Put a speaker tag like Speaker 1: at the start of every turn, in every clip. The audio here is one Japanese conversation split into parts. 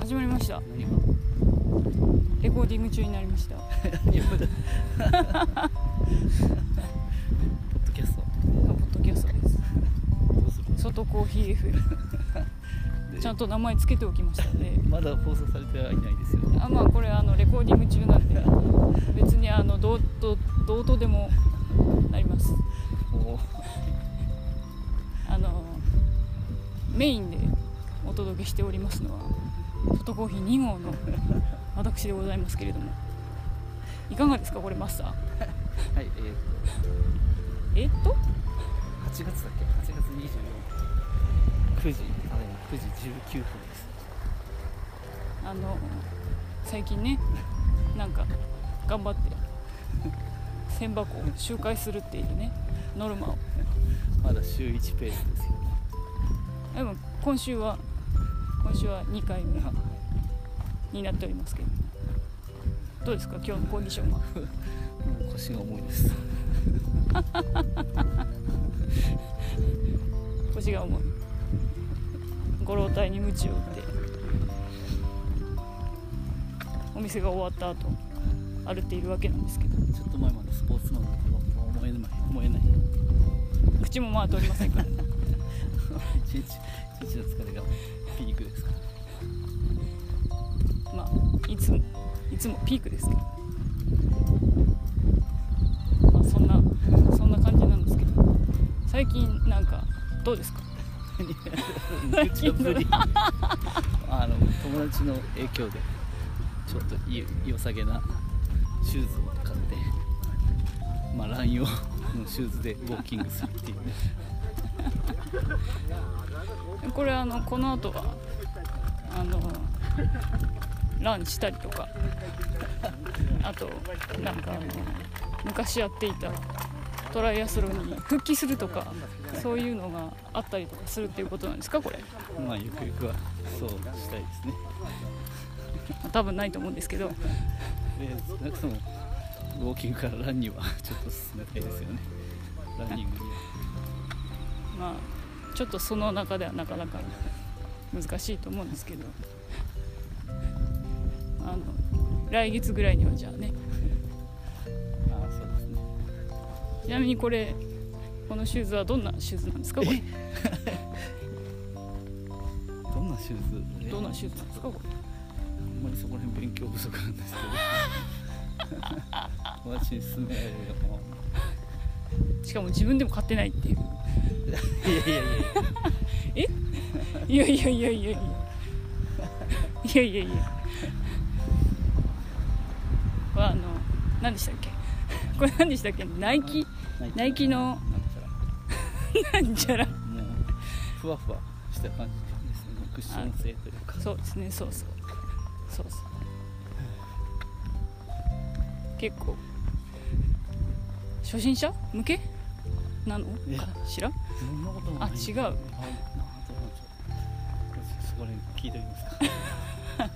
Speaker 1: 始まりました
Speaker 2: 何が
Speaker 1: レコーディング中になりましたポ
Speaker 2: 何がポッドキャスト
Speaker 1: ッドキャストです
Speaker 2: どうする
Speaker 1: 外コーヒー FM
Speaker 2: で
Speaker 1: ちゃんと名前つけておきましたので
Speaker 2: まだ放送されてはいないですよ
Speaker 1: あまあこれあのレコーディング中なんで別にあのどうとどうとでもなります
Speaker 2: おー
Speaker 1: あのメインでお届けしておりますのは外コーヒー2号の私でございますけれどもいかがですかこれマスター
Speaker 2: はいえー、っ
Speaker 1: えっと
Speaker 2: と8月だっけ8月249時あでも9時19分です
Speaker 1: あの最近ねなんか頑張って千箱を周回するっていうねノルマを
Speaker 2: まだ週1ペースですよ
Speaker 1: でも今週は今週は2回目になっておりますけどどうですか今日のコンディションは
Speaker 2: もう腰が重いです
Speaker 1: 腰が重いご老体に鞭を打ってお店が終わった後歩っているわけなんですけど
Speaker 2: ちょっと前までスポーツマンだとは思えない思えない
Speaker 1: 口も回っておりませんから
Speaker 2: 一日一日の疲れがピークですから
Speaker 1: まあいつもいつもピークですけど、まあ、そんなそんな感じなんですけど最近なんかどうですか
Speaker 2: うちのぶりあの友達の影響でちょっといい良さげなシューズを買ってまあラン用のシューズでウォーキングする っていう
Speaker 1: これあのこの後はあのランしたりとかあとなんかあの昔やっていたトライアスロンに復帰するとかそういうのがあったりとかするっていうことなんですかこれ
Speaker 2: まあゆくゆくはそうしたいですね
Speaker 1: 多分ないと思うんですけど
Speaker 2: で少なくともウォーキングからランにはちょっと進めたいですよねランニングには
Speaker 1: まあちょっとその中ではなかなか難しいと思うんですけどあの来月ぐらいにはじゃあね
Speaker 2: ああそうですね
Speaker 1: ちなみにこれこのシューズはどんなシューズなんですかこれ
Speaker 2: どんなシューズ
Speaker 1: どんなシューズなんですかこれ
Speaker 2: あんまりそこら辺勉強不足なんです けど友達に勧められるがまあ
Speaker 1: しかも自分でも買ってないっていう
Speaker 2: いやいやいやいや
Speaker 1: いやいやいやいやいやいやいやいやはあの何でしたっけこれ何でしたっけナイキ ナイキの
Speaker 2: なんちゃら
Speaker 1: なんちゃら
Speaker 2: もうふわふわした感じですねクッション性というか
Speaker 1: そうですねそうそうそうそう結構初心者向けなの
Speaker 2: え
Speaker 1: かしら
Speaker 2: そんなこともない
Speaker 1: あ違う
Speaker 2: あなんとなんとそこら辺聞いており ますか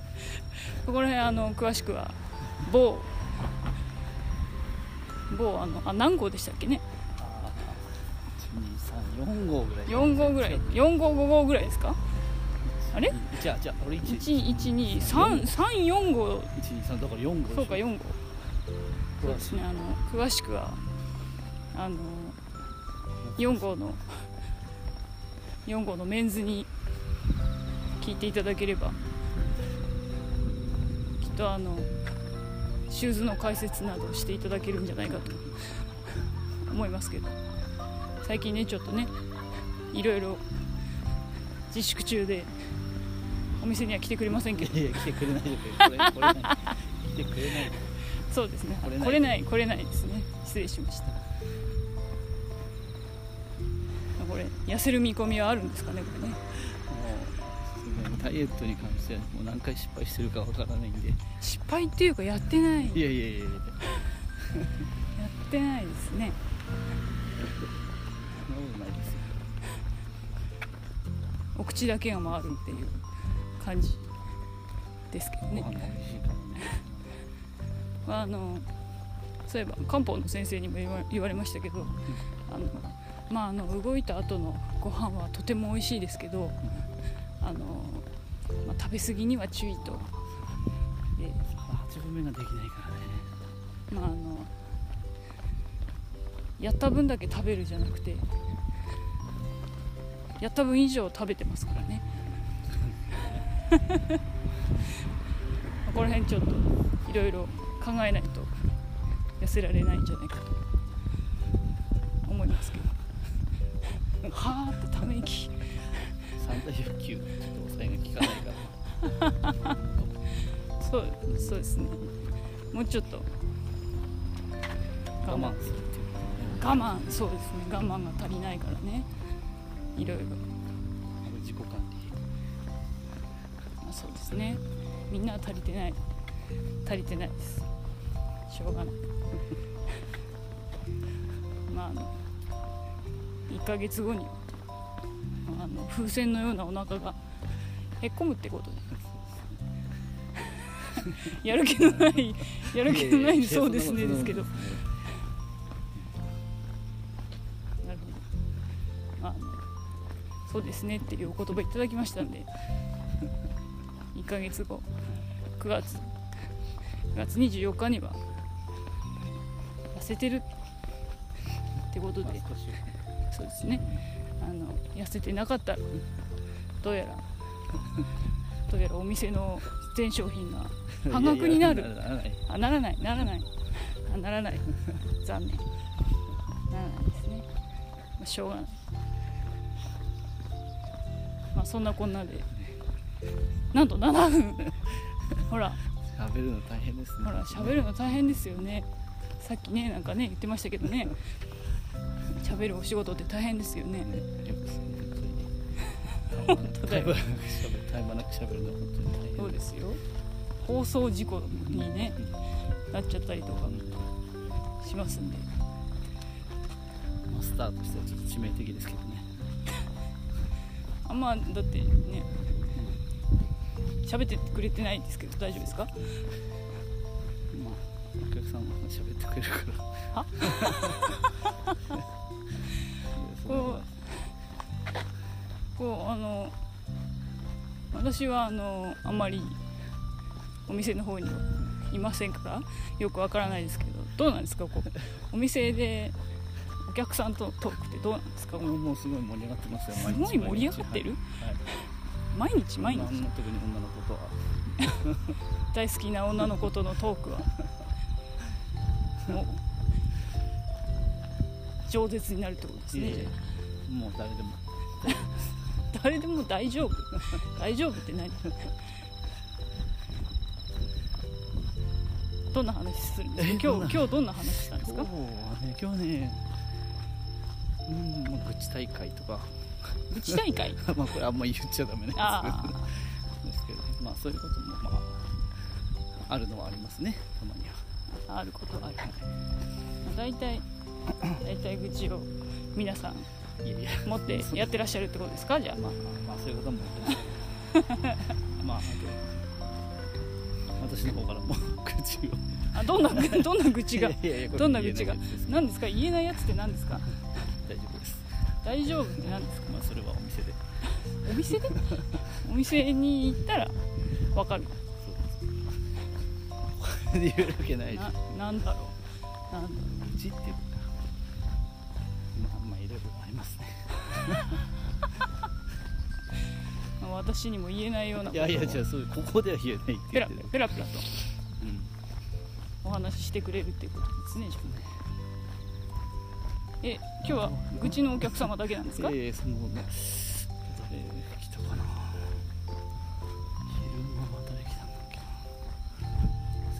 Speaker 1: ここら辺あの詳しくは某某あのあ何号でしたっけね
Speaker 2: あー123 4号ぐらい
Speaker 1: 4号ぐらい4号5号ぐらいですかあれ
Speaker 2: じゃあじゃあ俺1
Speaker 1: 11234号
Speaker 2: 123だから4号でしょ
Speaker 1: そうか4号そうですねあの詳しくはあの4号の4号のメンズに聞いていただければきっとあのシューズの解説などしていただけるんじゃないかと 思いますけど最近ねちょっとねいろいろ自粛中でお店には来てくれませんけど
Speaker 2: いやいや来てくれないでくれこれこれない来てくれないで
Speaker 1: そうですね。
Speaker 2: 来れない
Speaker 1: 来れない、来れないですね。失礼しました。これ痩せる見込みはあるんですかね、これね。
Speaker 2: もうダイエットに関してはもう何回失敗してるかわからないんで
Speaker 1: 失敗っていうか、やってない。や
Speaker 2: いやいやいやいや
Speaker 1: ってないですね。
Speaker 2: そんなことないですよ
Speaker 1: お口だけが回るっていう感じ。ですけど
Speaker 2: ご飯が
Speaker 1: ね。
Speaker 2: 美味しいからね
Speaker 1: まあ、あの。そういえば、漢方の先生にも言わ言われましたけど。あの。まあ、あの動いた後のご飯はとても美味しいですけど。あの。まあ、食べ過ぎには注意とで
Speaker 2: 8分目ができないからね
Speaker 1: まああのやった分だけ食べるじゃなくてやった分以上食べてますからねこの辺ちょっといろいろ考えないと痩せられないんじゃないかと思いますけどはーってため息
Speaker 2: 3対4球ちょっと抑えが効かないから
Speaker 1: そうそうですねもうちょっと
Speaker 2: 我慢するっていう
Speaker 1: 我慢そうですね我慢が足りないからねいろいろ、
Speaker 2: あの自己管理
Speaker 1: まあ、そうですねみんなは足りてない足りてないですしょうがない まああの1ヶ月後にあの風船のようなお腹がへっこむってことで やる気のないやる気のないそうですねですけどなるほど。まああの、そうですねっていうお言葉いただきましたんで、1ヶ月後、9月、9月24日には、痩せてるってこと
Speaker 2: まあ
Speaker 1: で、
Speaker 2: 少し
Speaker 1: そうですね。あの、痩せてなかったら、どうやら、どうやらお店の全商品が半額になる
Speaker 2: いやいやらない
Speaker 1: あならないならないあならない 残念ならないですね、まあ、しょうがないまあそんなこんなでなんと7分 ほら
Speaker 2: 喋るの大変ですね
Speaker 1: ほら喋るの大変ですよねさっきねなんかね言ってましたけどね喋るお仕事って大変ですよね
Speaker 2: ねよくす
Speaker 1: 本当だ
Speaker 2: 絶対
Speaker 1: よ
Speaker 2: に絶え間なく喋る絶え間なく喋るのは本当に大変
Speaker 1: そうですよ放送事故にねなっちゃったりとかしますんで
Speaker 2: マスターとしてはちょっと致命的ですけどね
Speaker 1: あんまだってね喋ってくれてないですけど大丈夫ですか
Speaker 2: まあお客さんも喋ってくれるから
Speaker 1: は
Speaker 2: いやそんなこと
Speaker 1: こうこうあの私はあのあんまりお店の方にはいませんからよくわからないですけどどうなんですかこうお店でお客さんとのトークってどうなんですか
Speaker 2: はもうもうすごい盛り上がってますよ
Speaker 1: すごい盛り上がってる毎日
Speaker 2: 毎
Speaker 1: 毎
Speaker 2: 日、はい、
Speaker 1: 日
Speaker 2: 何の特に女のことは
Speaker 1: 大好きな女の子とのトークはもう饒舌になるってことですね
Speaker 2: いえいえもう誰でも
Speaker 1: 誰でも大丈夫大丈夫って何どんな話するんです
Speaker 2: え
Speaker 1: か
Speaker 2: どん
Speaker 1: 今
Speaker 2: な
Speaker 1: 日今日どんな話したんです
Speaker 2: 今
Speaker 1: か
Speaker 2: 日はね今日ねうんもう愚痴大会とか
Speaker 1: うち大会
Speaker 2: まあこれあんま言っちゃダメなんですけど
Speaker 1: ああ
Speaker 2: ですけど、まあそういうこともまああるのはありますねたまには
Speaker 1: あることある大体大体愚痴を皆さん
Speaker 2: いやいや
Speaker 1: 持ってやってらっしゃるってことですかじゃあ
Speaker 2: まあまあまあそういうこともあってまああと私の方からも口 を
Speaker 1: あど んなどんな愚痴が
Speaker 2: いやいやいやこれ
Speaker 1: どんな愚痴が
Speaker 2: 言えないです
Speaker 1: 何ですか言えないやつって何ですか
Speaker 2: 大丈夫です
Speaker 1: 大丈夫って何ですか
Speaker 2: まあそれはお店で
Speaker 1: お店でお店に行ったらわかる
Speaker 2: そうです言えるわけないでしょ
Speaker 1: ななんだろうなんだろう
Speaker 2: 愚痴っていうかまあまあいろいろありますね
Speaker 1: まあ私にも言えないようなこ
Speaker 2: い
Speaker 1: とを
Speaker 2: やいやじゃあそうここでは言えないって
Speaker 1: ペ
Speaker 2: 言っ
Speaker 1: ラ
Speaker 2: てる
Speaker 1: ペラペラと
Speaker 2: うん
Speaker 1: お話ししてくれるっていうことですねじゃあえ今日は愚痴のお客様だけなんですか、
Speaker 2: ええそのね誰来たかな昼間は誰来たんだっ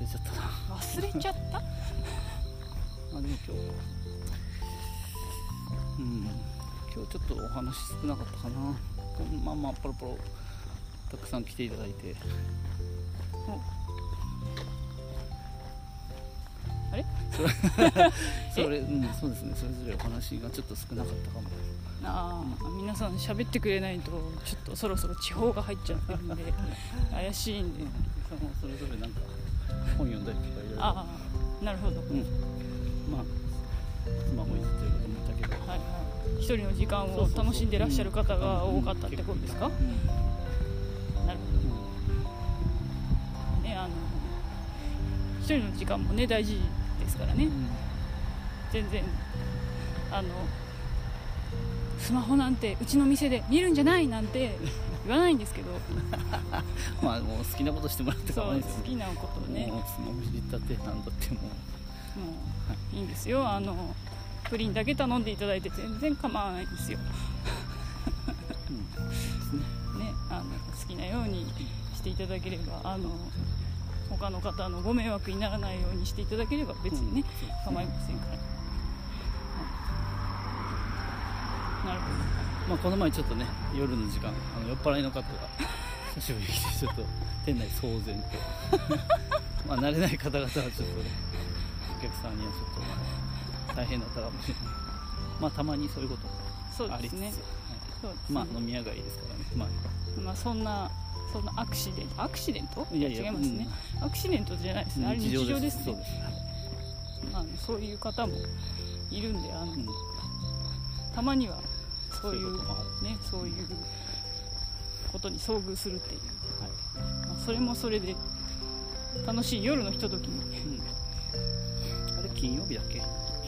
Speaker 2: けな忘れちゃったな
Speaker 1: 忘れちゃった
Speaker 2: あでも今日うん今日ちょっとお話少なかったかなまあまあポロポロたくさん来ていただいて
Speaker 1: あれ
Speaker 2: それうんそうですねそれぞれお話がちょっと少なかったかも
Speaker 1: ああ皆さん喋ってくれないとちょっとそろそろ地方が入っちゃってるん で怪しいんで
Speaker 2: そのそれぞれなんか本読んだりとかいろいろ
Speaker 1: ああなるほど、
Speaker 2: うんまあスマホいじってる方もいたけど
Speaker 1: はいはい、一人の時間を楽しんでらっしゃる方が多かったってことですか
Speaker 2: うん
Speaker 1: なるほど一人の時間もね大事ですからね
Speaker 2: うん
Speaker 1: 全然あのスマホなんてうちの店で見るんじゃないなんて言わないんです けど
Speaker 2: まあもう好きなことしてもらって
Speaker 1: そ
Speaker 2: 構わな
Speaker 1: う
Speaker 2: いです
Speaker 1: 好きなことをね
Speaker 2: もうスマホ知ったってなんだっても
Speaker 1: もういいんですよあのプリンだけ頼んでいただいて全然構わないですよ、ね、あの好きなようにしていただければあの他の方のご迷惑にならないようにしていただければ別にね、構いませんから、はいなるほど
Speaker 2: まあこの前ちょっとね夜の時間あの酔っ払いの方が 久しぶりに来てちょっと店内騒然と まあ慣れない方々はちょっとねお客さんにはちょっと大変だったかもしれないまあたまにそういうこと
Speaker 1: そう
Speaker 2: もあ
Speaker 1: で
Speaker 2: り
Speaker 1: す
Speaker 2: つつ、
Speaker 1: ねそうですね
Speaker 2: まあ飲み屋街ですからねまあ
Speaker 1: まあそんなそんなアクシデントアクシデント
Speaker 2: いやいや
Speaker 1: 違いますね、アクシデントじゃないですねあれ日常です
Speaker 2: そう
Speaker 1: ね
Speaker 2: です、
Speaker 1: まあねそういう方もいるんであの、
Speaker 2: うん
Speaker 1: たまにはそ
Speaker 2: そううい
Speaker 1: いう
Speaker 2: こ
Speaker 1: う
Speaker 2: ともある
Speaker 1: ねそういうことに遭遇するっていう、はいまあそれもそれで楽しい夜のひとときに
Speaker 2: うんあれ金曜日だっけちょ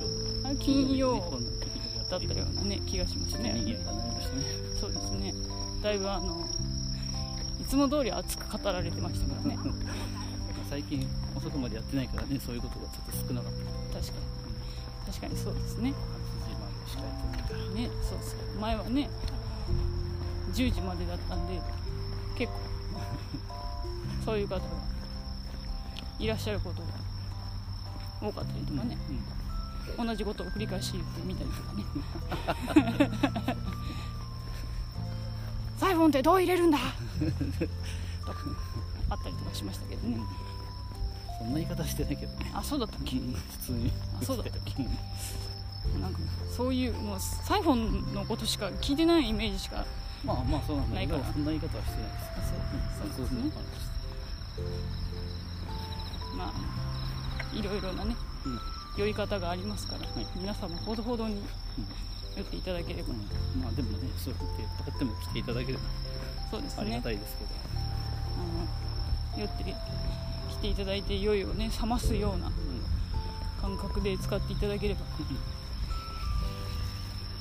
Speaker 2: うど
Speaker 1: あ金曜だ
Speaker 2: だ
Speaker 1: っ
Speaker 2: ったた
Speaker 1: よ
Speaker 2: よ
Speaker 1: うなね気がしま
Speaker 2: ち
Speaker 1: す
Speaker 2: ょっとにぎ
Speaker 1: ね
Speaker 2: やかになりましたね
Speaker 1: そうですねだいぶあのいつも通り熱く語られてましたからね
Speaker 2: 最近遅くまでやってないからねそういうことがちょっと少なかった
Speaker 1: 確かに確かにそうですね
Speaker 2: 8時までしかやってないから
Speaker 1: ねそうそう前はね10時までだったんで結構 そういう方がいらっしゃることが多かったりとかね同じことを繰り返し言ってみたりとかねサイフォンってどう入れるんだとかあったりとかしましたけど
Speaker 2: うん、
Speaker 1: ね
Speaker 2: そんな言い方してないけどね
Speaker 1: あそうだったっけ
Speaker 2: 普通に
Speaker 1: あそうだったっ け
Speaker 2: うん
Speaker 1: なんかそういうもうサイフォンのことしか聞いてないイメージしか
Speaker 2: まあまあそうなんだ
Speaker 1: な
Speaker 2: け
Speaker 1: いか
Speaker 2: ど
Speaker 1: ら
Speaker 2: そんな言い方はしてないです
Speaker 1: そうそうですねまあいろいろなね
Speaker 2: うん
Speaker 1: 酔い方がありますから、
Speaker 2: はい
Speaker 1: 皆様ほどほどに酔っていただければ、
Speaker 2: うんまあでもねそうやってとっても来ていただければ
Speaker 1: そうです
Speaker 2: ありが
Speaker 1: ね
Speaker 2: たいですけど
Speaker 1: あの酔って来ていただいて酔いをね冷ますような感覚で使っていただければ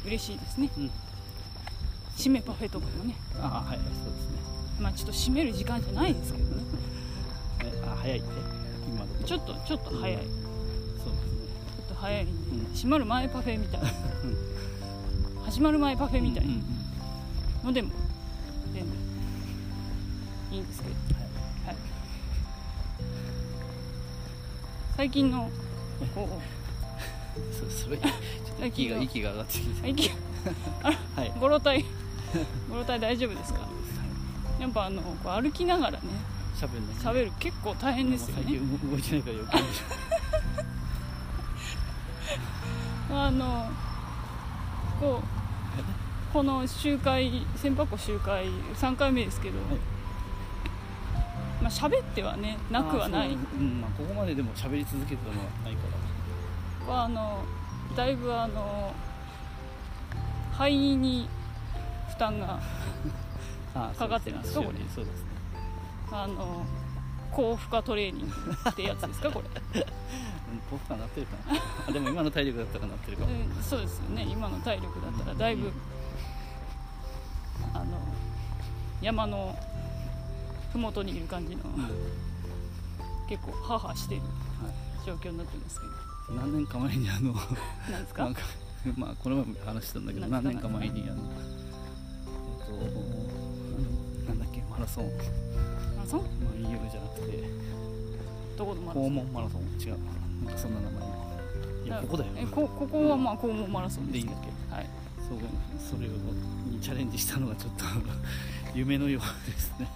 Speaker 1: 嬉しいですね
Speaker 2: うん、うん、
Speaker 1: 締めパフェとかもね
Speaker 2: ああはいそうですね
Speaker 1: まあちょっと締める時間じゃないですけどね
Speaker 2: えあ早いって今だと
Speaker 1: ちょっとちょっと早いちょ
Speaker 2: そうですね
Speaker 1: っと早い、
Speaker 2: ん
Speaker 1: 閉まる前パフェみ たいな始まる前パフェみたい
Speaker 2: うんう
Speaker 1: な
Speaker 2: んうん
Speaker 1: のでも全然いいんですけど、はい最近のこう
Speaker 2: そうそれちょっと息が息が上がってきて
Speaker 1: 最近
Speaker 2: はい
Speaker 1: ご老体ご老体大丈夫ですか やっぱあのこう歩きながらね
Speaker 2: しゃべんない
Speaker 1: 喋る結構大変ですよね
Speaker 2: もう最近動いてないから余
Speaker 1: あのこうこの集会船舶湖集会3回目ですけど、まあ喋ってはね
Speaker 2: 計
Speaker 1: なくはない
Speaker 2: あそううんまあ、ここまででも喋り続けてたのはないから
Speaker 1: はあのだいぶあの肺に負担が
Speaker 2: あ
Speaker 1: かかってますか
Speaker 2: そうですねそうですね
Speaker 1: あの高負荷トレーニングってやつですかこれ、
Speaker 2: うんポッカーなってるかなあでも今の体力だったらなってるかも、
Speaker 1: うんそうですよね今の体力だったらだいぶあの山の麓にいる感じの
Speaker 2: うん
Speaker 1: 結構ハーハーしてる
Speaker 2: は
Speaker 1: 状況になってますけど
Speaker 2: 何年か前にあの
Speaker 1: なんです
Speaker 2: な
Speaker 1: か
Speaker 2: んかまあこの前も話したんだけど
Speaker 1: なん
Speaker 2: 何
Speaker 1: か
Speaker 2: 年か前にあのえっとあのなんだっけマラソン
Speaker 1: マラソン
Speaker 2: まあ EU じゃなくて
Speaker 1: どこのマラソ
Speaker 2: 訪
Speaker 1: ン
Speaker 2: 問マラソン違うなんかそんな名前いやここだよ
Speaker 1: えこここはまあ肛門マラソン
Speaker 2: で
Speaker 1: で
Speaker 2: いい
Speaker 1: す
Speaker 2: ん
Speaker 1: け
Speaker 2: だ
Speaker 1: ど
Speaker 2: っけ
Speaker 1: はい
Speaker 2: そうそれをにチャレンジしたのがちょっと 夢のようです ね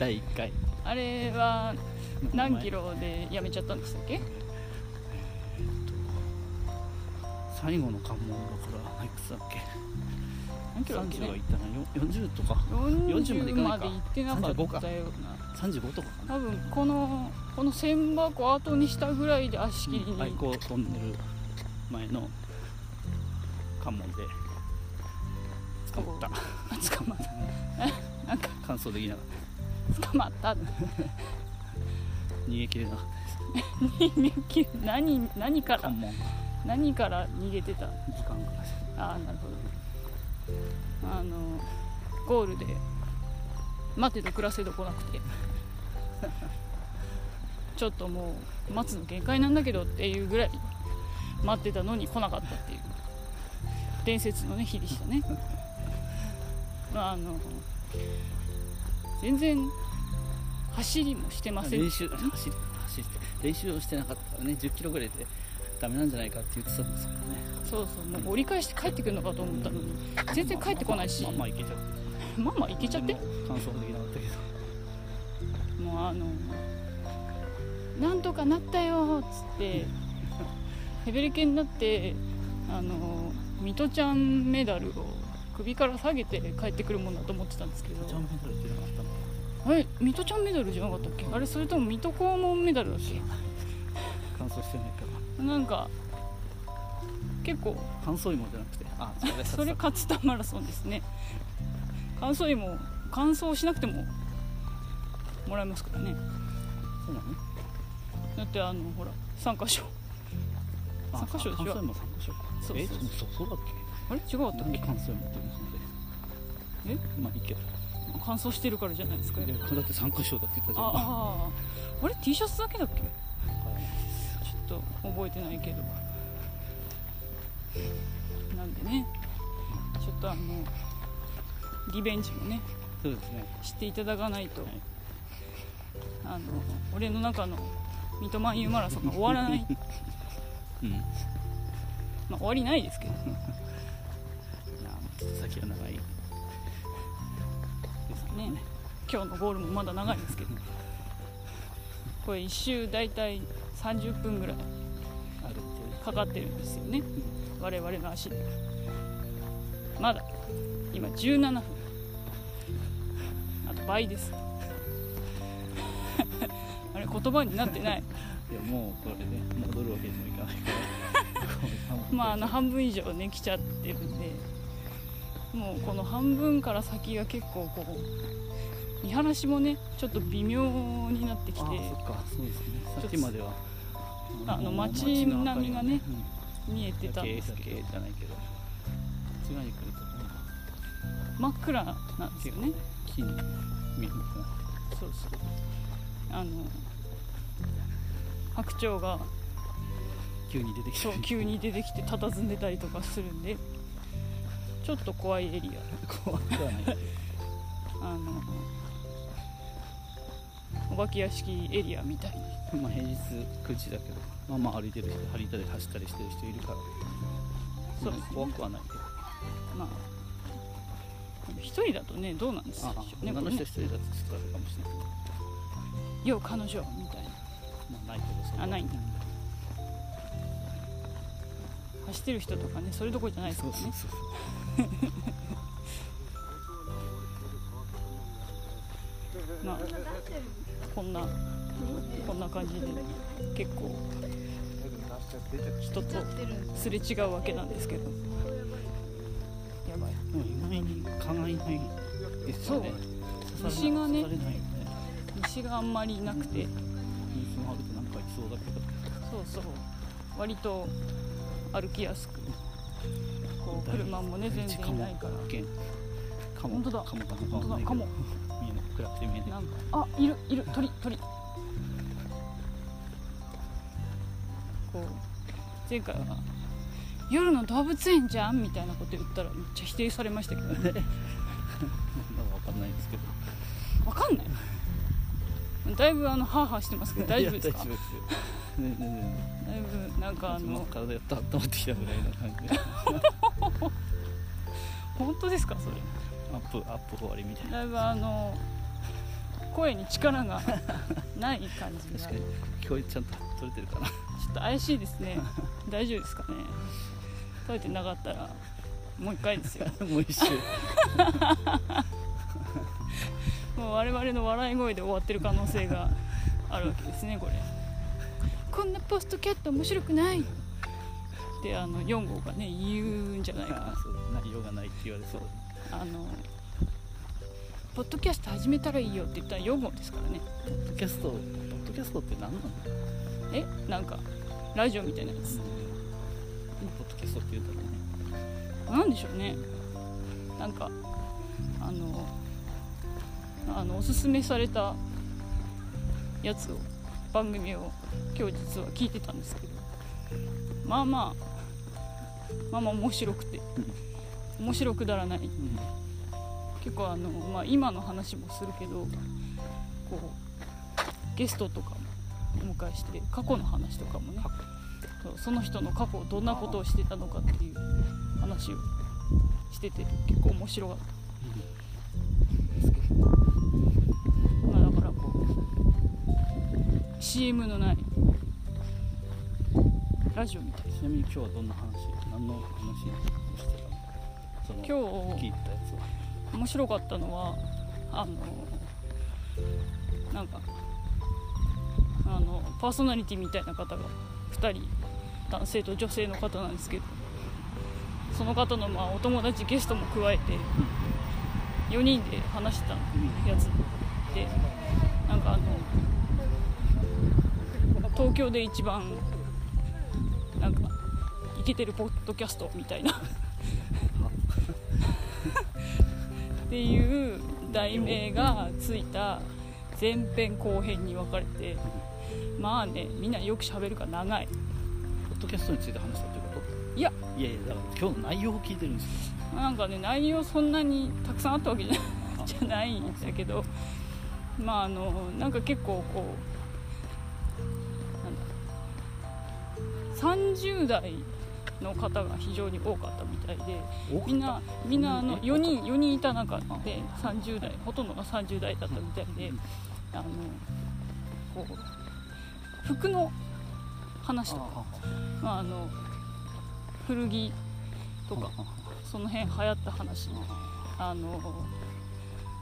Speaker 2: 第1回
Speaker 1: あれは何キロでやめちゃったんでしたっけ
Speaker 2: 最後の関門だからいくつだっけ
Speaker 1: 何キロだっ
Speaker 2: 3
Speaker 1: け
Speaker 2: キロはいったなよ40とか
Speaker 1: 40
Speaker 2: 40
Speaker 1: ま
Speaker 2: ま
Speaker 1: で
Speaker 2: で
Speaker 1: 行
Speaker 2: 行
Speaker 1: ってな
Speaker 2: な
Speaker 1: か
Speaker 2: か
Speaker 1: っ
Speaker 2: った
Speaker 1: ような
Speaker 2: 35とかかな
Speaker 1: 多分このこの千箱後にしたぐらいで足切りに、
Speaker 2: 愛好トンネル前の関門で捕まった
Speaker 1: あ捕まった
Speaker 2: 完走できなかっ
Speaker 1: 捕まった
Speaker 2: た逃げ切れなかったです
Speaker 1: 逃げ何何から
Speaker 2: 関門か
Speaker 1: 何から逃げてた
Speaker 2: 時間かか
Speaker 1: ああなるほどあのゴールで待てど暮らせど来なくて ちょっともう待つの限界なんだけどっていうぐらい待ってたのに来なかったっていう伝説のね日でしたね まああの全然走りもしてません
Speaker 2: 練習走り走って練習をしてなかったからね1 0キロぐらいでダメなんじゃないかって言ってたんですけどね
Speaker 1: そうそうもう折り返して帰ってくるのかと思ったのに全然帰ってこないし
Speaker 2: まあまあいけちゃって
Speaker 1: まあまあ行けちゃって
Speaker 2: 完走できなかったけど
Speaker 1: もうあの「なんとかなったよ」っつってヘベレケになってあのミトちゃんメダルを首から下げて帰ってくるもんだと思ってたんですけど
Speaker 2: ジャンプメダルってなかったの
Speaker 1: えミトちゃんメダルじゃなかったっけあれそれともミト黄門メダルだっ
Speaker 2: 完走してないから
Speaker 1: けなんか結構
Speaker 2: 完走芋じゃなくてあそれ
Speaker 1: それ勝田マラソンですね乾燥芋乾燥しなくてももらえますからね
Speaker 2: そうなの
Speaker 1: だってあのほら3箇所
Speaker 2: あ
Speaker 1: 三箇所でしょ
Speaker 2: 乾燥芋三箇所
Speaker 1: そう
Speaker 2: え
Speaker 1: そう
Speaker 2: そうそうだっけ
Speaker 1: あれ違うったっ
Speaker 2: 何
Speaker 1: け
Speaker 2: で乾燥芋って言うんですのでえまあいいけど
Speaker 1: 乾燥してるからじゃないですか
Speaker 2: いやだって三箇所だって言ったじゃん
Speaker 1: あああれ T シャツだけだっけち
Speaker 2: はい
Speaker 1: ょっと覚えてないけどなんでねちょっとあのリベンジもね
Speaker 2: そうですね
Speaker 1: していただかないと、
Speaker 2: はい
Speaker 1: あの俺の中の三笘優マラソンが終わら ない
Speaker 2: うんいや
Speaker 1: まあ終わりないですけど
Speaker 2: ちょっと先は長いですけど
Speaker 1: ね今日のゴールもまだ長いですけどこれ1周大体30分ぐらい
Speaker 2: あるって
Speaker 1: かかってるんですよね我々の足でまだ今17分あと倍です あれ言葉になってない
Speaker 2: いやもうこれね戻るわけにもいかないからこう
Speaker 1: まああの半分以上ね来ちゃってるんでもうこの半分から先が結構こう見晴らしもねちょっと微妙になってき
Speaker 2: あ
Speaker 1: て
Speaker 2: ーそっかそうですねさっきまでは
Speaker 1: あの街並みがね見えてたん
Speaker 2: け
Speaker 1: です
Speaker 2: だ
Speaker 1: け
Speaker 2: け
Speaker 1: ど
Speaker 2: じゃないけどこっち側に来ると
Speaker 1: 真っ暗なんですよね
Speaker 2: 木に見えなくなって
Speaker 1: そうそうあの白鳥が
Speaker 2: 急に出てきた
Speaker 1: そう
Speaker 2: り
Speaker 1: 急に出てきて佇んでたりとかするんでちょっと怖いエリ
Speaker 2: 怖くはない
Speaker 1: アあのお化け屋敷エリアみたい に
Speaker 2: まあ平日9時だけどまあまあ歩いてる人歩いたり走ったりしてる人いるから
Speaker 1: そう
Speaker 2: まあ怖くはないけど
Speaker 1: まあ一人だとねどうなんです
Speaker 2: あ
Speaker 1: か
Speaker 2: あ
Speaker 1: ね
Speaker 2: 女
Speaker 1: こ
Speaker 2: の人
Speaker 1: れ
Speaker 2: 一
Speaker 1: ね
Speaker 2: 人だとちょっとあれかもしれないけど
Speaker 1: 「よう彼女」みたいな
Speaker 2: まあないけどそれは
Speaker 1: あないんだ走ってる人とかねそれどころじゃないですか
Speaker 2: そう
Speaker 1: ら
Speaker 2: そう
Speaker 1: ね
Speaker 2: そうそう
Speaker 1: まあこんなこんな感じで結構人とすれ違うわけなんですけどやばい
Speaker 2: でも意外に蚊がいないですよね
Speaker 1: そう
Speaker 2: 刺され
Speaker 1: 虫
Speaker 2: ない刺されないよ
Speaker 1: がね
Speaker 2: ね
Speaker 1: 虫があんまりいなくて
Speaker 2: ニュースもあるとなんかいそうだけど
Speaker 1: そうそう割と歩きやすくこう車もね全然いないから
Speaker 2: 危険カモ
Speaker 1: 本当だ
Speaker 2: カモか
Speaker 1: 本当だカモ
Speaker 2: 見えない暗くて見えない
Speaker 1: なんかあいるいる鳥鳥こう前回は「夜の動物園じゃん」みたいなこと言ったらめっちゃ否定されましたけど ね
Speaker 2: なんかわかんないですけど
Speaker 1: わかんないだいぶあのハーハーしてますけど 大丈夫ですか
Speaker 2: いや大丈夫ですよねねね
Speaker 1: だいぶなんかあ
Speaker 2: ね
Speaker 1: の
Speaker 2: 体やった温まってきたぐらいの感じ で
Speaker 1: 本当ですかそれ
Speaker 2: アップアップ終わりみたいな
Speaker 1: だいぶあの声に 力がない感じが
Speaker 2: 確かに聞こえちゃんと取れてるかな
Speaker 1: ちょっと怪しいですね大丈夫ですかね取れてなかったらもう一回ですよ
Speaker 2: もう一周
Speaker 1: もう我々の笑い声で終わってる可能性があるわけですねこれこんなポストキャット面白くないってあの4号がね言うんじゃないか
Speaker 2: あ
Speaker 1: な
Speaker 2: あそう内容が ないって言われそう
Speaker 1: あのポッドキャスト始めたらいいよって言ったら4号ですからね
Speaker 2: ポッドキャストポッドキャストって何なの
Speaker 1: えなんかラジオみたいなやつ
Speaker 2: ポッドキャストって言うんだろうね
Speaker 1: なんでしょうねなんかあのあのおすすめされたやつを番組を今日実は聞いてたんですけどまあまあまあまあ面白くて面白くだらない結構あの、まあ、今の話もするけどこうゲストとかもお迎えして過去の話とかもねそうその人の過去どんなことをしてたのかっていう話をしてて結構面白かったですけど、まあ、だからこう CM のないラジオみたい
Speaker 2: ちなみに今日はどんな話何の話をしてたのその
Speaker 1: 今日
Speaker 2: 聞いたやつは
Speaker 1: 面白かったのはあのなんかあのパーソナリティみたいな方が2人男性と女性の方なんですけどその方のまあお友達ゲストも加えて4人で話したやつでなんかあの東京で一番なんかイケてるポッドキャストみたいなっていう題名がついた前編後編に分かれてまあねみんなよく喋るから長い
Speaker 2: ポッドキャストについて話したってこ
Speaker 1: いや
Speaker 2: といやいやだから今日の内容を聞いてるんですよ
Speaker 1: なんかね内容そんなにたくさんあったわけじゃない
Speaker 2: あ
Speaker 1: じゃないんだけどまああのなんか結構こうなんだ30代の方が非常に多かったみたいで
Speaker 2: 多かった
Speaker 1: みんなみんなあ
Speaker 2: う
Speaker 1: の
Speaker 2: ん
Speaker 1: 4人4人いた中で30代ほとんどが30代だったみたいで
Speaker 2: うん
Speaker 1: あのこう服の話とか
Speaker 2: あ
Speaker 1: まあ、あの古着とかその辺流行った話あの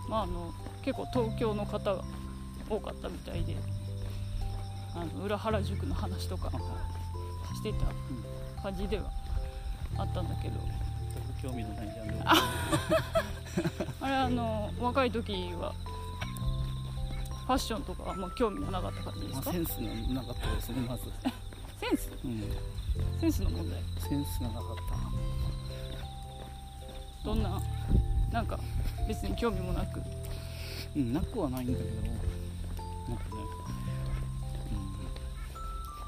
Speaker 1: まああの結構東京の方が多かったみたいであの裏原宿の話とかしてた感じではあったんだけど
Speaker 2: 興味のないジャンル
Speaker 1: あれあの若い時はファッションとかはもう興味がなかった感じです
Speaker 2: まあ
Speaker 1: か
Speaker 2: センスがなかったですねまず、
Speaker 1: センス
Speaker 2: うん、
Speaker 1: センスの問題
Speaker 2: センスがなかったな
Speaker 1: どんななんか別に興味もな く
Speaker 2: うんなくはないんだけどなんかね、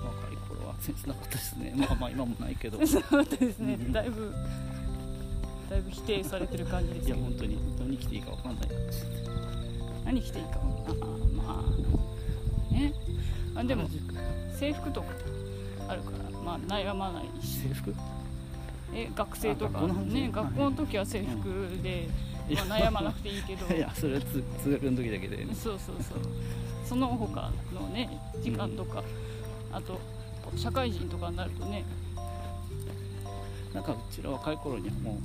Speaker 2: うん、若い頃はセンスなかったですねまあまあ今もないけどい
Speaker 1: そうだったですね
Speaker 2: うん
Speaker 1: だいぶだいぶ否定されてる感じです
Speaker 2: や
Speaker 1: よ
Speaker 2: 本当に何着ていいかわかんない
Speaker 1: 何着ていいかあーまあねあでも
Speaker 2: 原宿
Speaker 1: 制服とかあるからまあ悩まないし
Speaker 2: 制服
Speaker 1: え学生と
Speaker 2: あ
Speaker 1: か
Speaker 2: 学校の話
Speaker 1: ね
Speaker 2: はい
Speaker 1: 学校の時は制服で、
Speaker 2: い
Speaker 1: ま
Speaker 2: や
Speaker 1: あ、悩まなくていいけど
Speaker 2: いやそれは通通学の時だけで
Speaker 1: そうそうそうその他のね時間とか、あと社会人とかになるとね
Speaker 2: なんかうちら若い頃にはも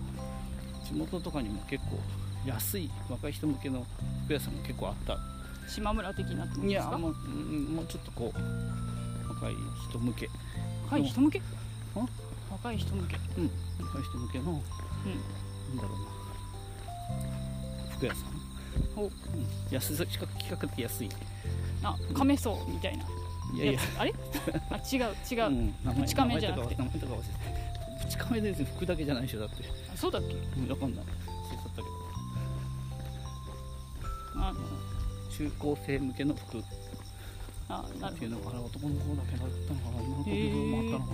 Speaker 2: う地元とかにも結構安い若い人向けの服屋さんも結構あった
Speaker 1: 島村的なってこと
Speaker 2: い
Speaker 1: で
Speaker 2: や
Speaker 1: すか
Speaker 2: もう,、うん、もうちょっとこう若い人向け
Speaker 1: 若い人向け
Speaker 2: あ
Speaker 1: 若い人向けう
Speaker 2: うん若い人向けの
Speaker 1: ん
Speaker 2: なんだろうな服屋さん
Speaker 1: お
Speaker 2: 安さ比較比較的安い
Speaker 1: あ亀荘みたいない
Speaker 2: やいや
Speaker 1: あれ あ違う違う、
Speaker 2: うん名前
Speaker 1: プチカメじゃなくて
Speaker 2: 名前とか忘れてたプチカメで服だけじゃないでしょだって
Speaker 1: あそうだっけ
Speaker 2: うんわかんない忘れちゃったけど
Speaker 1: あの
Speaker 2: 中高生向けの服っ
Speaker 1: あなる
Speaker 2: て
Speaker 1: ほ
Speaker 2: いう
Speaker 1: ど
Speaker 2: のがあれ男の子だけだったのかな今の子もあったのかな、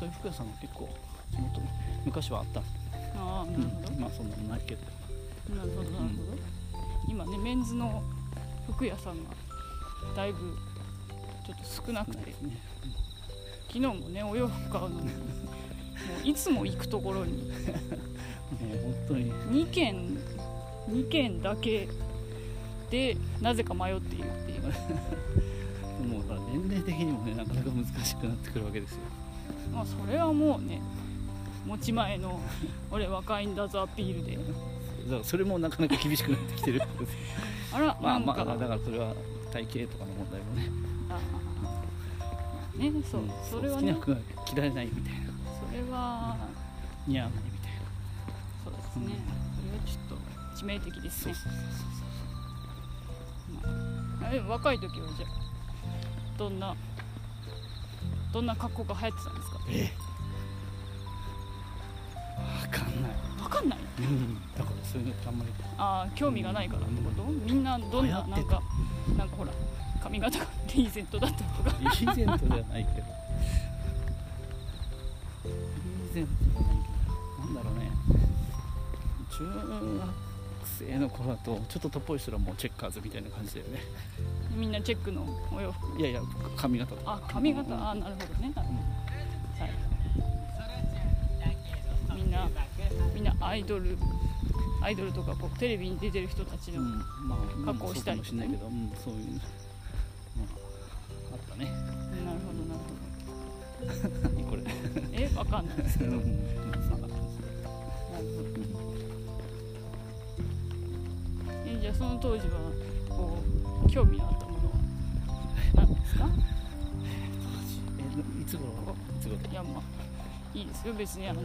Speaker 2: そういう服屋さんが結構地元に昔はあった、
Speaker 1: あー
Speaker 2: うん
Speaker 1: なるほど、
Speaker 2: 今はそんなのないけど
Speaker 1: なるほどなるほど、今ねメンズの服屋さんがだいぶちょっと少なく
Speaker 2: ない
Speaker 1: て
Speaker 2: ですね
Speaker 1: 昨日もねお洋服買うのにもういつも行くところに
Speaker 2: もう本当に
Speaker 1: 2軒2軒だけでなぜか迷っているっていう
Speaker 2: もうだから年齢的にもねなかなか難しくなってくるわけですよ
Speaker 1: まあそれはもうね持ち前の「俺若いんだぞ」アピールで
Speaker 2: だからそれもなかなか厳しくなってきてる
Speaker 1: あら
Speaker 2: まあ
Speaker 1: なん
Speaker 2: ま
Speaker 1: か、
Speaker 2: あだからそれは体型とかの問題もね
Speaker 1: あーねそう、
Speaker 2: ん
Speaker 1: それは
Speaker 2: 好きな
Speaker 1: ね
Speaker 2: 服が着られないみたいな
Speaker 1: それは
Speaker 2: 似合わないみたいな
Speaker 1: そうですね、それはちょっと致命的ですね
Speaker 2: そう
Speaker 1: まああれ若い時はじゃあどんなどんな格好が流行ってたんですか
Speaker 2: えわかんない、
Speaker 1: 分かんない
Speaker 2: うん、だからそういうのってあんまり
Speaker 1: ああ興味がないからってことみんなどんな
Speaker 2: 流行っ
Speaker 1: な
Speaker 2: て
Speaker 1: ん
Speaker 2: た
Speaker 1: かなんかほら髪型がリーゼントだったとか
Speaker 2: リーゼントじゃないけどリーゼントじゃないけどなんだろうね中学生の頃だとちょっととっぽい人らもうチェッカーズみたいな感じだよね
Speaker 1: みんなチェックのお洋服
Speaker 2: いやいや髪型とか
Speaker 1: あ髪型ああなるほどねなるほどはいみんなみんなアイドルアイドルとかこうテレビに出てる人たち
Speaker 2: う
Speaker 1: の、
Speaker 2: んまあ今も
Speaker 1: 加工した
Speaker 2: そ
Speaker 1: り
Speaker 2: うかもしれないけど、うん、そういうの、まあ、あったね
Speaker 1: なるほどなる
Speaker 2: 何 これ
Speaker 1: ほどえわかんないで
Speaker 2: そ
Speaker 1: すけ
Speaker 2: れ
Speaker 1: ど
Speaker 2: も
Speaker 1: な
Speaker 2: そ
Speaker 1: る
Speaker 2: んな感
Speaker 1: ほど
Speaker 2: じうん
Speaker 1: えじゃあその当時はこう興味のあったものは何ですか
Speaker 2: えいつ頃いつ頃
Speaker 1: いやまあいいですよ別にあの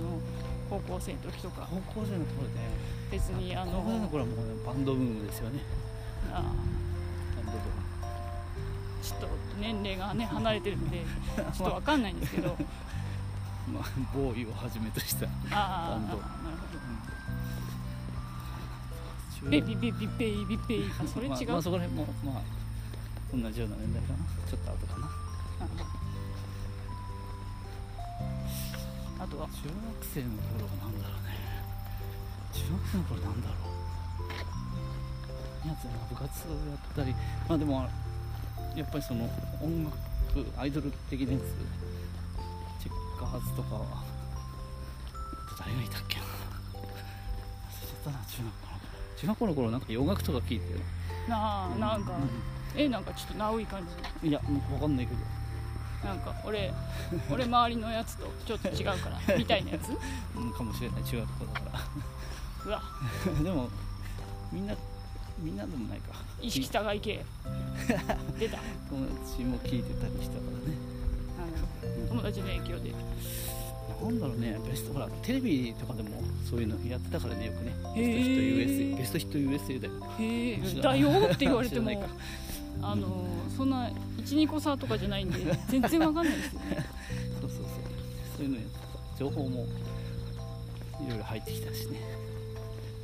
Speaker 1: 高校生の時とか
Speaker 2: 高校生の頃で、ね、
Speaker 1: 別にあ
Speaker 2: 高校生の
Speaker 1: の
Speaker 2: 頃はもうバンドブームですよねバ
Speaker 1: あ
Speaker 2: ンドブーム
Speaker 1: ちょっと年齢がね離れてる んでちょっとわかんないんですけど
Speaker 2: まあ、ボーイをはじめとした
Speaker 1: ああ
Speaker 2: バンド
Speaker 1: なるほどベビベビベイビベイあそれ違う、
Speaker 2: まあ、まあそこら辺もまあ同じような年代かなちょっと後かな
Speaker 1: あとは
Speaker 2: 中学生の頃はなんだろうね中学生の頃なんだろうやつまあ部活やったりまあでもやっぱりその音楽アイドル的なやつチェッカーズとかは誰がいたっけな忘れちゃったな中学校の中学校の頃なんか洋楽とか聞いてる
Speaker 1: なあなんか
Speaker 2: う
Speaker 1: えなんかちょっとなおい感じ
Speaker 2: いや、もうわかんないけど。
Speaker 1: なんか俺俺周りのやつとちょっと違 うからみたいなやつ
Speaker 2: うん、かもしれない、中学校だか
Speaker 1: うわ
Speaker 2: ら。 でも、みんな、みんなでもないか。
Speaker 1: 意識高い系出た
Speaker 2: 友達も聞いてたりしたからね。
Speaker 1: 友達の影響で
Speaker 2: なんだろうね、ベスト、ほら、テレビとかでもそういうのやってたからね、よくね。
Speaker 1: へー
Speaker 2: ベストヒット USA、ベストヒット USA だよ。
Speaker 1: へえ
Speaker 2: 知らな
Speaker 1: だ
Speaker 2: い
Speaker 1: よって言われても
Speaker 2: 知らないか
Speaker 1: あのそんな12個差とかじゃないんで全然わかんないです よね
Speaker 2: そうそうそう。そういうのやってた。情報も、いろいろ入ってきたしね。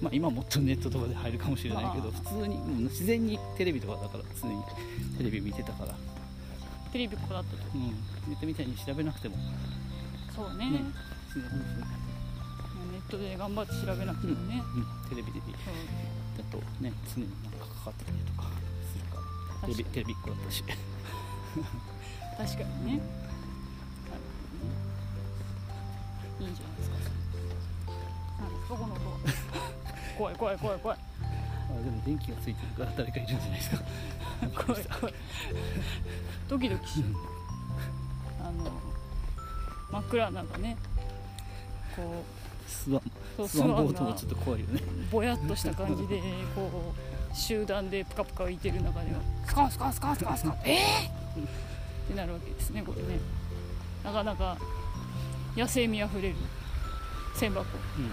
Speaker 2: まあ、今もっとネットとかで入るかもしれないけど、
Speaker 1: まあ
Speaker 2: 普通に、もう自然にテレビとかだから、常にテレビ見てたから。
Speaker 1: テレビっ子だったと
Speaker 2: うん、ネットみたいに調べなくても、
Speaker 1: そうね、
Speaker 2: うん
Speaker 1: ネットで頑張って調べなくてもね、
Speaker 2: うんテレビでだ
Speaker 1: そう
Speaker 2: とね常になんかかかってたりとかするからテレビテレビっ子だったし
Speaker 1: 確かにねなるほどねいいんじゃないですか何ですかこ の音は怖い怖い怖い怖い
Speaker 2: あでも電気がついてるから誰かいるんじゃないです か
Speaker 1: 怖い怖いドキドキしちゃうあの真っ暗なんかねこ
Speaker 2: スワ
Speaker 1: そう
Speaker 2: ンスワンボートもちょっと怖いよね
Speaker 1: うぼやっとした感じでこう集団でプカプカ浮いてる中ではスカンスカンスカンスカンスカンえー、ってなるわけですねこれねなかなか野生味あふれる千箱
Speaker 2: うん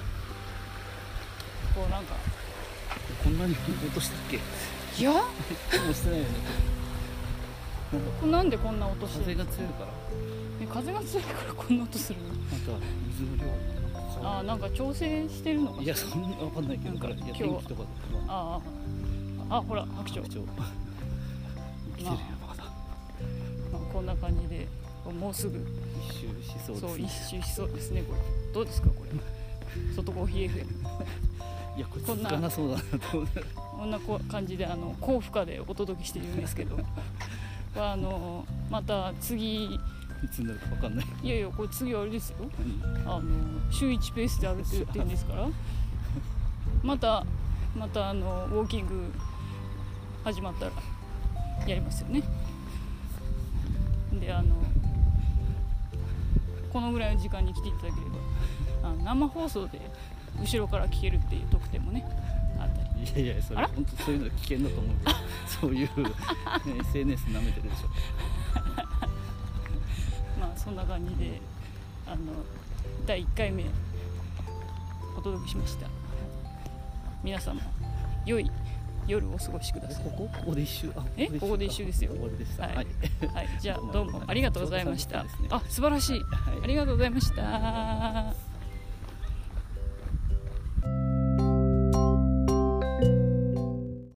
Speaker 1: こうなんか
Speaker 2: こんなに音したっけ
Speaker 1: いや
Speaker 2: 音してないよね
Speaker 1: これなんでこんな音して
Speaker 2: 風
Speaker 1: る
Speaker 2: が強いから
Speaker 1: え風が強いからこんな音するの
Speaker 2: あとは水の量
Speaker 1: あーなんか調整してるのか
Speaker 2: い
Speaker 1: な
Speaker 2: やそんなわかんないけどだからいや
Speaker 1: 今日
Speaker 2: 天気とかでまあ
Speaker 1: あーあほら白鳥
Speaker 2: 白、鳥生きてるよまだ
Speaker 1: まあ、こんな感じでもうすぐ
Speaker 2: 一周しそうです
Speaker 1: そう,、
Speaker 2: ね
Speaker 1: 一周しそうですねこれどうですかこれ外コーヒー FM
Speaker 2: いやこれ
Speaker 1: こん
Speaker 2: 続
Speaker 1: な
Speaker 2: かなそうだなと思って
Speaker 1: こんなこう感じであの高負荷でお届けしているんですけどこれあのまた次い
Speaker 2: いつになるかわかんない
Speaker 1: よいよこれ次はあれですよあの週1ペースで歩いてるって言うんですからまたまたあのウォーキング始まったらやりますよねであのこのぐらいの時間に来ていただければあの生放送で後ろから聞けるっていう特典もねあったり
Speaker 2: いやいやそれ
Speaker 1: あら
Speaker 2: 本当そういうの危険だと思うよそういう、ね、SNS 舐めてるでしょ
Speaker 1: まあそんな感じであの第1回目お届けしました皆様良い夜をお過ごしくだ さ
Speaker 2: ここここで一周あ
Speaker 1: えここで一周ですよ
Speaker 2: 終わりでした
Speaker 1: はい
Speaker 2: はい
Speaker 1: いはいじゃあどうもありがとうございましたあ素晴らしい
Speaker 2: はい
Speaker 1: ありがとうございました